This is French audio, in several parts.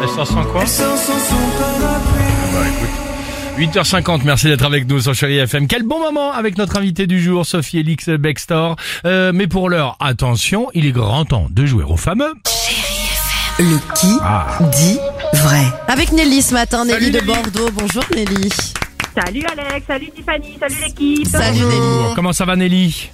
Elle sort sans quoi Bah, écoute. 8h50, merci d'être avec nous sur Chéri FM. Quel bon moment avec notre invité du jour, Sophie Elix Bextor. Euh, mais pour l'heure, attention, il est grand temps de jouer au fameux. Le qui Ah. dit vrai. Avec Nelly ce matin, Nelly Salut, de Nelly. Bordeaux. Bonjour Nelly. Salut Alex, salut Tiffany, salut l'équipe. Salut Nelly. Comment ça va Nelly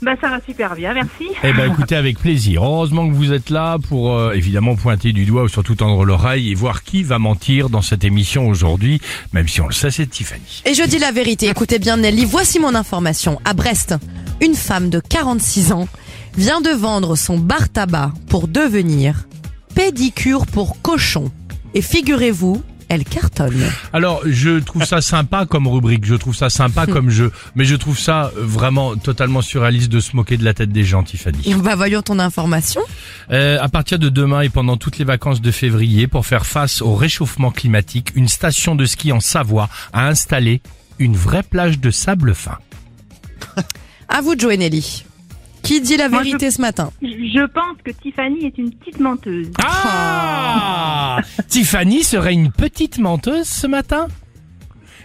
Bah ça va super bien, merci. Eh ben écoutez, avec plaisir. Heureusement que vous êtes là pour euh, évidemment pointer du doigt ou surtout tendre l'oreille et voir qui va mentir dans cette émission aujourd'hui, même si on le sait, c'est Tiffany. Et je dis la vérité, écoutez bien Nelly, voici mon information. À Brest, une femme de 46 ans vient de vendre son bar tabac pour devenir pédicure pour cochon. Et figurez-vous, elle cartonne. Alors, je trouve ça sympa comme rubrique, je trouve ça sympa Hmm. comme jeu, mais je trouve ça euh, vraiment totalement surréaliste de se moquer de la tête des gens, Tiffany. Et on va bah, voyons ton information. Euh, à partir de demain et pendant toutes les vacances de février, pour faire face au réchauffement climatique, une station de ski en Savoie a installé une vraie plage de sable fin. À vous Joe et Nelly. Qui dit la Moi, je- vérité ce matin Je pense que Tiffany est une petite menteuse. Ah Tiffany serait une petite menteuse ce matin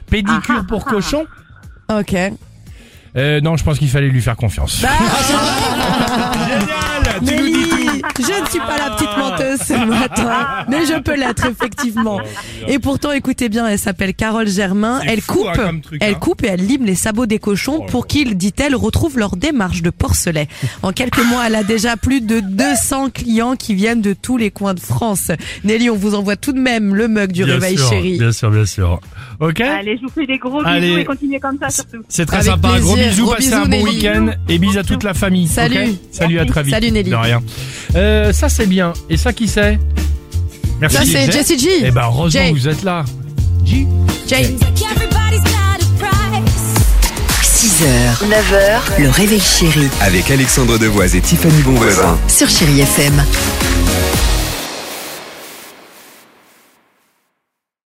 Pédicure pour Ah, cochon Ok. euh, Non, je pense qu'il fallait lui faire confiance. Bah, Génial Ah, Tu nous dis- Nelly, je ne suis pas la petite menteuse ce matin, mais je peux l'être effectivement. Et pourtant, écoutez bien, elle s'appelle Carole Germain. C'est Elle fou, coupe, hein, comme truc, hein. Oh elle coupe et elle lime les sabots des cochons pour qu'ils, dit-elle, retrouvent leur démarche de porcelet. En quelques mois, elle a déjà plus de 200 clients qui viennent de tous les coins de France. Nelly, on vous envoie tout de même le mug du Bien réveil sûr, chéri. Bien sûr, bien sûr. Ok Allez, je vous fais des gros bisous Allez. et continuez comme ça surtout. C'est très Avec sympa. Un Gros plaisir. bisous, Gros passez bisous, un bon Nelly. week-end et bis à toute la famille. Salut. ok Salut, à très vite. Salut, Nelly. De rien. Euh, ça c'est bien. Et ça qui c'est Merci. Ça, c'est Jessie G. Eh ben heureusement Jay. que vous êtes là. Jay. 6h, 9h, le réveil chéri Avec Alexandre Devoise et Tiffany Bonvoisin. sur Chéri FM.